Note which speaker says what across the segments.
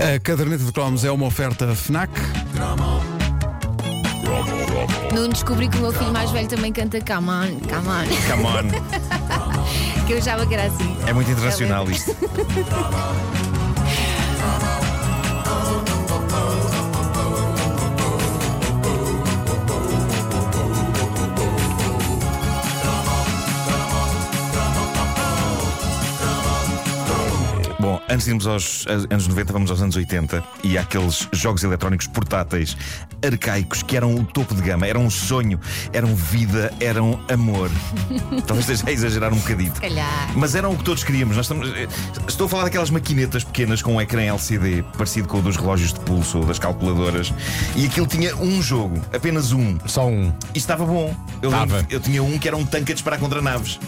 Speaker 1: A caderneta de cromos é uma oferta FNAC.
Speaker 2: Não descobri que o meu filho mais velho também canta Come on, come on.
Speaker 3: Come on.
Speaker 2: Que eu achava que era assim.
Speaker 3: É muito internacional isto. Bom, antes de irmos aos aos anos 90, vamos aos anos 80 e àqueles jogos eletrónicos portáteis arcaicos que eram o topo de gama, eram um sonho, eram vida, eram amor. Talvez esteja a exagerar um bocadito.
Speaker 2: calhar.
Speaker 3: Mas eram o que todos queríamos. Nós estamos- eh, estou a falar daquelas maquinetas pequenas com um ecrã LCD, parecido com o dos relógios de pulso ou das calculadoras. E aquilo tinha um jogo, apenas um.
Speaker 4: Só um.
Speaker 3: E estava bom. Eu,
Speaker 4: Estava.
Speaker 3: lembro- eu tinha um que era um tanque a disparar contra naves.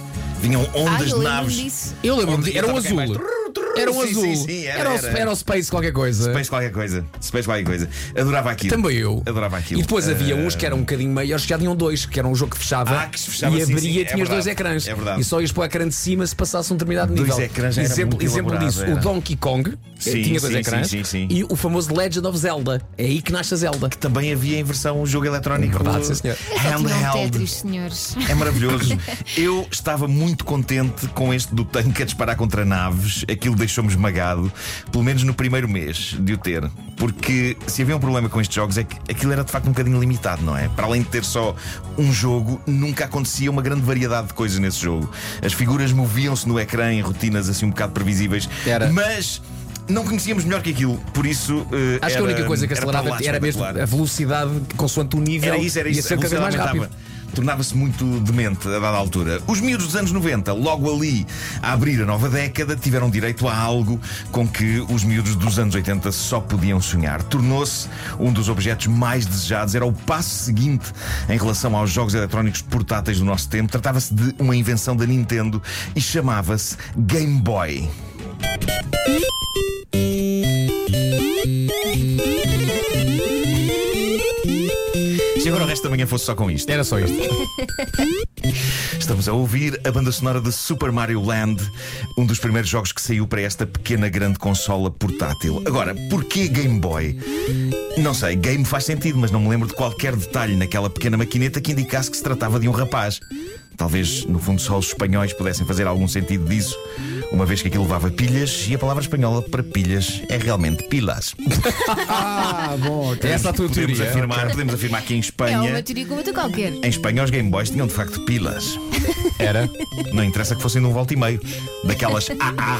Speaker 3: Vinham
Speaker 2: Ah,
Speaker 3: ondas
Speaker 2: eu
Speaker 3: de
Speaker 2: lembro
Speaker 3: naves.
Speaker 2: disso.
Speaker 4: Eu lembro-me, de-
Speaker 3: Onde-
Speaker 4: era um
Speaker 3: estava cá em
Speaker 4: azul.
Speaker 3: baixo. é Trrr, trrr,
Speaker 4: Era um
Speaker 3: sim,
Speaker 4: azul.
Speaker 3: sim, sim, era,
Speaker 4: o-
Speaker 3: era.
Speaker 4: o Space qualquer coisa.
Speaker 3: Space qualquer coisa. Space qualquer coisa. Adorava aquilo.
Speaker 4: Também eu.
Speaker 3: Adorava aquilo.
Speaker 4: E depois havia
Speaker 3: Ah,
Speaker 4: uns que eram um bocadinho maiores que já tinham dois, que era um jogo que fechava,
Speaker 3: Ah, que se fechava,
Speaker 4: e
Speaker 3: sim,
Speaker 4: abria
Speaker 3: sim,
Speaker 4: e
Speaker 3: é
Speaker 4: tinha os dois
Speaker 3: verdade,
Speaker 4: ecrãs.
Speaker 3: é verdade.
Speaker 4: E só ias para o ecrã de cima se passasse um determinado
Speaker 3: Dois
Speaker 4: nível.
Speaker 3: ecrãs já era
Speaker 4: exemplo
Speaker 3: muito
Speaker 4: exemplo
Speaker 3: elaborado,
Speaker 4: disso,
Speaker 3: era.
Speaker 4: o Donkey Kong que
Speaker 3: Sim,
Speaker 4: tinha dois
Speaker 3: sim,
Speaker 4: ecrãs
Speaker 3: sim, sim, sim.
Speaker 4: e o famoso Legend of Zelda. É aí que nasce a Zelda.
Speaker 3: Também havia em versão jogo eletrónico.
Speaker 4: Verdade, sim, senhor.
Speaker 2: Eu só tinha um
Speaker 3: Handheld.
Speaker 2: Tetris, senhores.
Speaker 3: É maravilhoso. Eu estava muito contente com este do tanque a disparar contra naves. Aquilo deixou-me esmagado, pelo menos no primeiro mês de o ter. Porque se havia um problema com estes jogos é que aquilo era de facto um bocadinho limitado, não é? Para além de ter só um jogo, nunca acontecia uma grande variedade de coisas nesse jogo. As figuras moviam-se no ecrã em rotinas assim um bocado previsíveis.
Speaker 4: Era.
Speaker 3: Mas. Não conhecíamos melhor que aquilo, por isso. eh,
Speaker 4: Acho que a única
Speaker 3: era-
Speaker 4: coisa que
Speaker 3: era para
Speaker 4: acelerava
Speaker 3: lá
Speaker 4: era, mesmo
Speaker 3: espetacular.
Speaker 4: a velocidade consoante o nível
Speaker 3: Era isso, era
Speaker 4: ia
Speaker 3: isso.
Speaker 4: ser
Speaker 3: A
Speaker 4: cada vez mais
Speaker 3: velocidade
Speaker 4: rápido.
Speaker 3: aumentava. Tornava-se muito demente a dada altura. Os miúdos dos anos 90, logo ali a abrir a nova década, tiveram direito a algo com que os miúdos dos anos 80 só podiam sonhar. Tornou-se um dos objetos mais desejados, era o passo seguinte em relação aos jogos eletrónicos portáteis do nosso tempo. Tratava-se de uma invenção da Nintendo e chamava-se Game Boy. Se agora o resto da manhã fosse só com isto.
Speaker 4: Era só isto.
Speaker 3: Estamos a ouvir a banda sonora de Super Mario Land, um dos primeiros jogos que saiu para esta pequena grande consola portátil. Agora, porquê Game Boy? Não sei, game faz sentido, mas não me lembro de qualquer detalhe naquela pequena maquineta que indicasse que se tratava de um rapaz. Talvez, no fundo, só os espanhóis pudessem fazer algum sentido disso, uma vez que aquilo levava pilhas e a palavra espanhola para pilhas é realmente pilas.
Speaker 4: Ah, bom, essa é a tua
Speaker 3: Podemos
Speaker 4: teoria.
Speaker 3: afirmar, podemos afirmar que em
Speaker 2: É
Speaker 3: Espanha,
Speaker 2: uma teoria como outra qualquer.
Speaker 3: em Espanha os Game Boys tinham de facto pilas.
Speaker 4: Era.
Speaker 3: Não interessa que fossem de um volta e meio Daquelas AA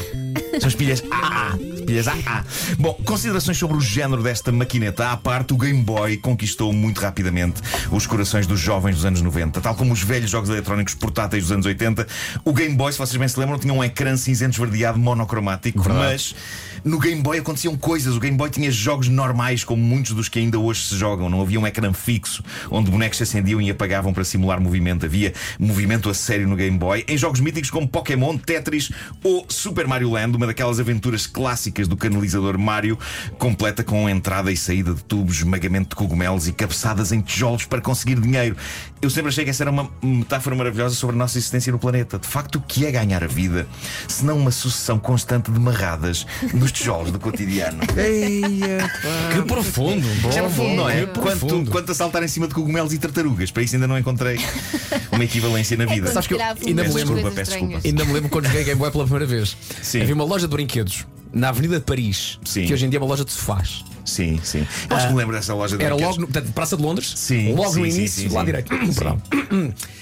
Speaker 3: São as pilhas AA Pilhas AA Bom, considerações sobre o género desta maquineta À parte, o Game Boy conquistou muito rapidamente Os corações dos jovens dos anos 90 Tal como os velhos jogos eletrónicos portáteis dos anos 80 O Game Boy, se vocês bem se lembram Tinha um ecrã cinzento esverdeado monocromático Mas no Game Boy aconteciam coisas O Game Boy tinha jogos normais Como muitos dos que ainda hoje se jogam Não havia um ecrã fixo Onde bonecos se acendiam e apagavam para simular movimento Havia movimento a sério no Game Boy Em jogos míticos como Pokémon, Tetris ou Super Mario Land Uma daquelas aventuras clássicas do canalizador Mario Completa com entrada e saída de tubos Esmagamento de cogumelos e cabeçadas em tijolos para conseguir dinheiro Eu sempre achei que essa era uma metáfora maravilhosa Sobre a nossa existência no planeta De facto, o que é ganhar a vida Se não uma sucessão constante de marradas Nos tijolos do cotidiano
Speaker 4: Que profundo. Bom,
Speaker 3: já é profundo, não é?
Speaker 4: É
Speaker 3: Quanto,
Speaker 4: profundo.
Speaker 3: quanto a saltar em cima de cogumelos e tartarugas. Para isso ainda não encontrei uma equivalência na vida.
Speaker 2: É quando
Speaker 4: Sabes que eu
Speaker 2: se grava
Speaker 4: ainda me
Speaker 2: umas
Speaker 4: lembro-
Speaker 2: coisas
Speaker 3: Peço
Speaker 2: estranhas.
Speaker 3: desculpa,
Speaker 4: Ainda me lembro quando joguei Game Boy pela primeira vez.
Speaker 3: Sim.
Speaker 4: Havia uma loja de brinquedos na Avenida de Paris,
Speaker 3: Sim.
Speaker 4: que hoje em dia é uma loja de sofás.
Speaker 3: Sim, sim. Eu Acho que me lembro dessa loja de
Speaker 4: Era
Speaker 3: brinquedos.
Speaker 4: logo, no, portanto, Praça de Londres,
Speaker 3: Sim,
Speaker 4: logo no
Speaker 3: sim, sim,
Speaker 4: início,
Speaker 3: sim,
Speaker 4: lá
Speaker 3: sim.
Speaker 4: direito.
Speaker 3: Sim.
Speaker 4: Perdão.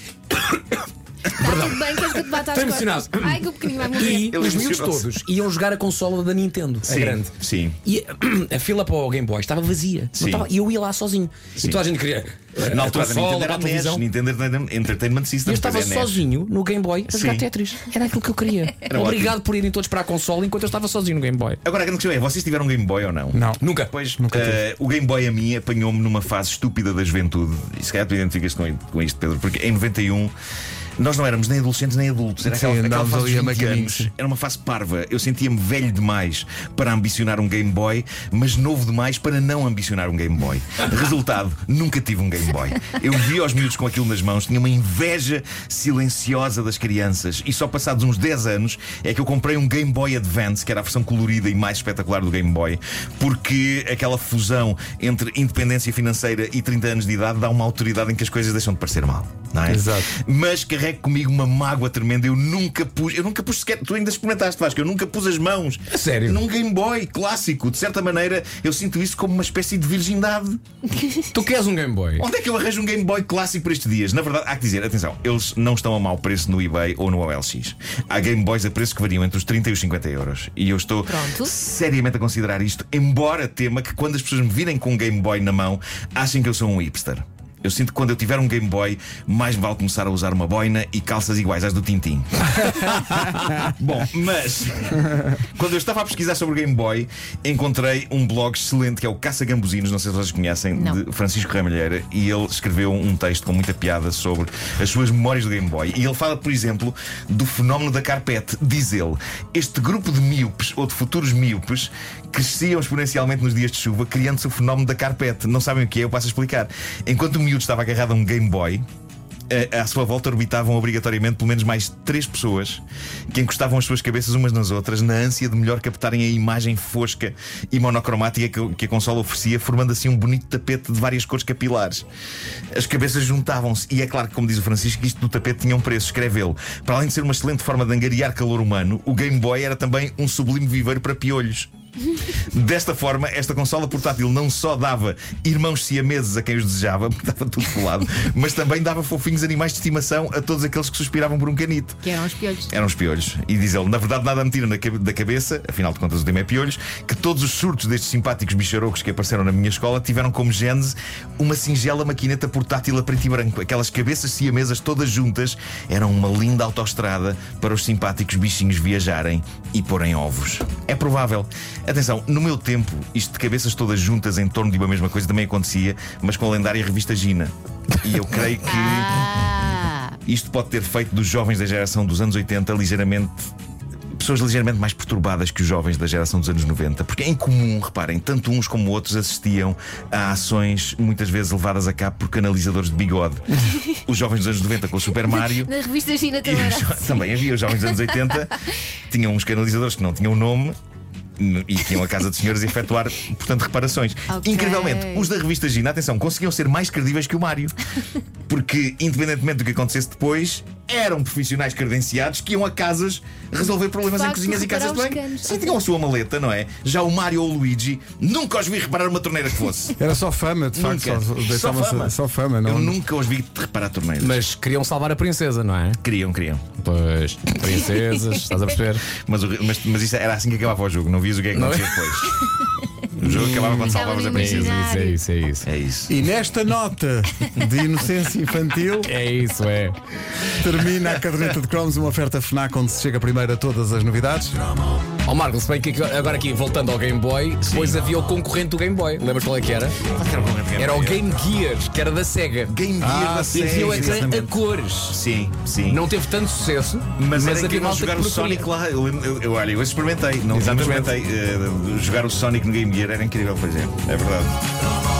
Speaker 2: Está Tá tudo bem, queres que eu te bata às
Speaker 4: Estou emocionado.
Speaker 2: costas? Ai, que o pequenino vai morrer.
Speaker 4: E
Speaker 3: Ele
Speaker 4: os miúdos
Speaker 3: emocionou-se.
Speaker 4: todos iam jogar a consola da Nintendo, a
Speaker 3: É Sim,
Speaker 4: grande.
Speaker 3: sim.
Speaker 4: E eh, a fila para o Game Boy estava vazia.
Speaker 3: Sim.
Speaker 4: Não estava- E eu ia lá sozinho.
Speaker 3: Sim.
Speaker 4: E toda a gente queria. eh,
Speaker 3: Na
Speaker 4: a
Speaker 3: altura da
Speaker 4: consola,
Speaker 3: Nintendo
Speaker 4: para
Speaker 3: era
Speaker 4: a
Speaker 3: NES,
Speaker 4: televisão.
Speaker 3: Nintendo Entertainment
Speaker 4: E eu
Speaker 3: System.
Speaker 4: estava
Speaker 3: depois é NES.
Speaker 4: sozinho no Game Boy a jogar
Speaker 3: Sim.
Speaker 4: Tetris. Era aquilo que eu queria.
Speaker 3: Era
Speaker 4: Obrigado
Speaker 3: ótimo.
Speaker 4: por irem todos para a consola enquanto eu estava sozinho no Game Boy.
Speaker 3: Agora a grande questão é: vocês tiveram um Game Boy ou não?
Speaker 4: Não. Nunca.
Speaker 3: Pois,
Speaker 4: Nunca tive.
Speaker 3: eh, o Game Boy a mim apanhou-me numa fase estúpida da juventude. E se calhar tu identificas com, com isto, Pedro, porque em 91 Nós não éramos nem adolescentes nem adultos. Era
Speaker 1: Sim,
Speaker 3: aquela, aquela
Speaker 1: andávamos
Speaker 3: fase
Speaker 1: ali
Speaker 3: dos
Speaker 1: a
Speaker 3: 20
Speaker 1: macaquinhos.
Speaker 3: anos. Era uma fase parva. Eu sentia-me velho demais para ambicionar um Game Boy, mas novo demais para não ambicionar um Game Boy. Resultado, nunca tive um Game Boy. Eu via os miúdos com aquilo nas mãos, tinha uma inveja silenciosa das crianças. E só passados uns 10 anos é que eu comprei um Game Boy Advance, que era a versão colorida e mais espetacular do Game Boy, porque aquela fusão entre independência financeira e 30 anos de idade dá uma autoridade em que as coisas deixam de parecer mal. Não é?
Speaker 1: Exato.
Speaker 3: mas carrego comigo uma mágoa tremenda. Eu nunca pus, eu nunca pus sequer, tu ainda experimentaste, Vasco, eu nunca pus as mãos
Speaker 1: A sério?
Speaker 3: num Game Boy clássico. De certa maneira, eu sinto isso como uma espécie de virgindade.
Speaker 4: Tu queres um Game Boy?
Speaker 3: Onde é que eu arranjo um Game Boy clássico para estes dias? Na verdade, há que dizer, atenção, eles não estão a mau preço no eBay ou no OLX. Há Game Boys a preço que variam entre os 30 e os 50 euros. E eu estou
Speaker 2: Pronto.
Speaker 3: seriamente a considerar isto, embora tema que quando as pessoas me virem com um Game Boy na mão, achem que eu sou um hipster. Eu sinto que quando eu tiver um Game Boy, mais vale começar a usar uma boina e calças iguais às do Tintim. Bom, mas quando eu estava a pesquisar sobre o Game Boy, encontrei um blog excelente que é o Caça Gambuzinos, não sei se vocês conhecem,
Speaker 2: Não.
Speaker 3: de Francisco Ramalheira, e ele escreveu um texto com muita piada sobre as suas memórias do Game Boy. E ele fala, por exemplo, do fenómeno da carpete. Diz ele: este grupo de míopes ou de futuros míopes cresciam exponencialmente nos dias de chuva, criando-se o fenómeno da carpete. Não sabem o que é, eu passo a explicar. Enquanto o miúdo estava agarrado a um Game Boy, a- eh, à sua volta orbitavam obrigatoriamente pelo menos mais três pessoas que encostavam as suas cabeças umas nas outras na ânsia de melhor captarem a imagem fosca e monocromática que, o- que a consola oferecia, formando assim um bonito tapete de várias cores capilares. As cabeças juntavam-se, e é claro que, como diz o Francisco, isto do tapete tinha um preço, escreve ele. Para além de ser uma excelente forma de angariar calor humano, o Game Boy era também um sublime viveiro para piolhos. Desta forma, esta consola portátil não só dava irmãos siameses a quem os desejava, porque estava tudo colado, mas também dava fofinhos animais de estimação a todos aqueles que suspiravam por um canito.
Speaker 2: Que eram os piolhos.
Speaker 3: Eram os piolhos. E diz ele, na verdade, nada me tira na cabe- da cabeça, afinal de contas o tema é piolhos, que todos os surtos destes simpáticos bicharocos que apareceram na minha escola tiveram como gênese uma singela maquineta portátil a preto e branco. Aquelas cabeças siamesas todas juntas eram uma linda autoestrada para os simpáticos bichinhos viajarem e porem ovos. É provável. Atenção, no meu tempo, isto de cabeças todas juntas em torno de uma mesma coisa também acontecia, mas com a lendária revista Gina. E eu creio que.
Speaker 2: Ah,
Speaker 3: Isto pode ter feito dos jovens da geração dos anos 80 ligeiramente. Pessoas ligeiramente mais perturbadas que os jovens da geração dos anos 90, porque em comum, reparem, tanto uns como outros assistiam a ações muitas vezes levadas a cabo por canalizadores de bigode. Os jovens dos anos 90 com o Super Mario.
Speaker 2: na revista China
Speaker 3: E
Speaker 2: também
Speaker 3: os jo-
Speaker 2: era.
Speaker 3: também havia os jovens dos anos 80, tinham uns canalizadores que não tinham nome. n- E que iam à casa de senhores e efetuar, portanto, reparações.
Speaker 2: Ok.
Speaker 3: Incrivelmente, os da revista Gina, atenção, conseguiam ser mais credíveis que o Mário. Porque, independentemente do que acontecesse depois, eram profissionais credenciados que iam a casas resolver problemas em
Speaker 2: facto,
Speaker 3: cozinhas e casas de
Speaker 2: reparar os
Speaker 3: banho.
Speaker 2: canos.
Speaker 3: Sim, tinham a sua maleta, não é? Já o Mário ou o Luigi, nunca os vi reparar uma torneira que fosse.
Speaker 1: Era só fama, de facto.
Speaker 3: Nunca.
Speaker 1: Só,
Speaker 3: Só
Speaker 1: deixavam-se-
Speaker 3: fama.
Speaker 1: só fama, não.
Speaker 3: Eu nunca os vi reparar torneiras.
Speaker 4: Mas queriam salvar a princesa, não é?
Speaker 3: Queriam, queriam.
Speaker 4: Pois, princesas, estás a perceber?
Speaker 3: Mas, o- mas, mas isso era assim que acabava o jogo, não é? vias o que é que
Speaker 4: Não é?
Speaker 3: acontecia depois. O jogo acabava quando
Speaker 2: Ficava
Speaker 3: salvavas a
Speaker 2: no
Speaker 3: princesa.
Speaker 4: é isso, é isso.
Speaker 3: É isso.
Speaker 1: E nesta nota de inocência infantil
Speaker 4: É isso, é.
Speaker 1: termina a caderneta de cromos, uma oferta FNAC onde se chega primeiro a todas as novidades.
Speaker 4: Ó Marco, se bem que agora aqui, voltando ao Game Boy, depois havia o concorrente do Game Boy. Lembras qual é que era? Era o Game Gear, que era da Sega.
Speaker 3: Game Gear
Speaker 1: Ah,
Speaker 3: da
Speaker 1: sim,
Speaker 4: E
Speaker 3: Sega.
Speaker 4: havia o ecrã
Speaker 3: exatamente.
Speaker 4: a cores.
Speaker 3: Sim, sim.
Speaker 4: Não teve tanto sucesso,
Speaker 3: mas,
Speaker 4: mas
Speaker 3: era
Speaker 4: havia
Speaker 3: incrível
Speaker 4: malta
Speaker 3: jogar
Speaker 4: que
Speaker 3: o
Speaker 4: preferia.
Speaker 3: Sonic lá. Eu, lembro- eu, eu, olha, eu experimentei. Não, não
Speaker 4: Exatamente.
Speaker 3: experimentei. eh, jogar o Sonic no Game Gear era incrível, por exemplo. É verdade.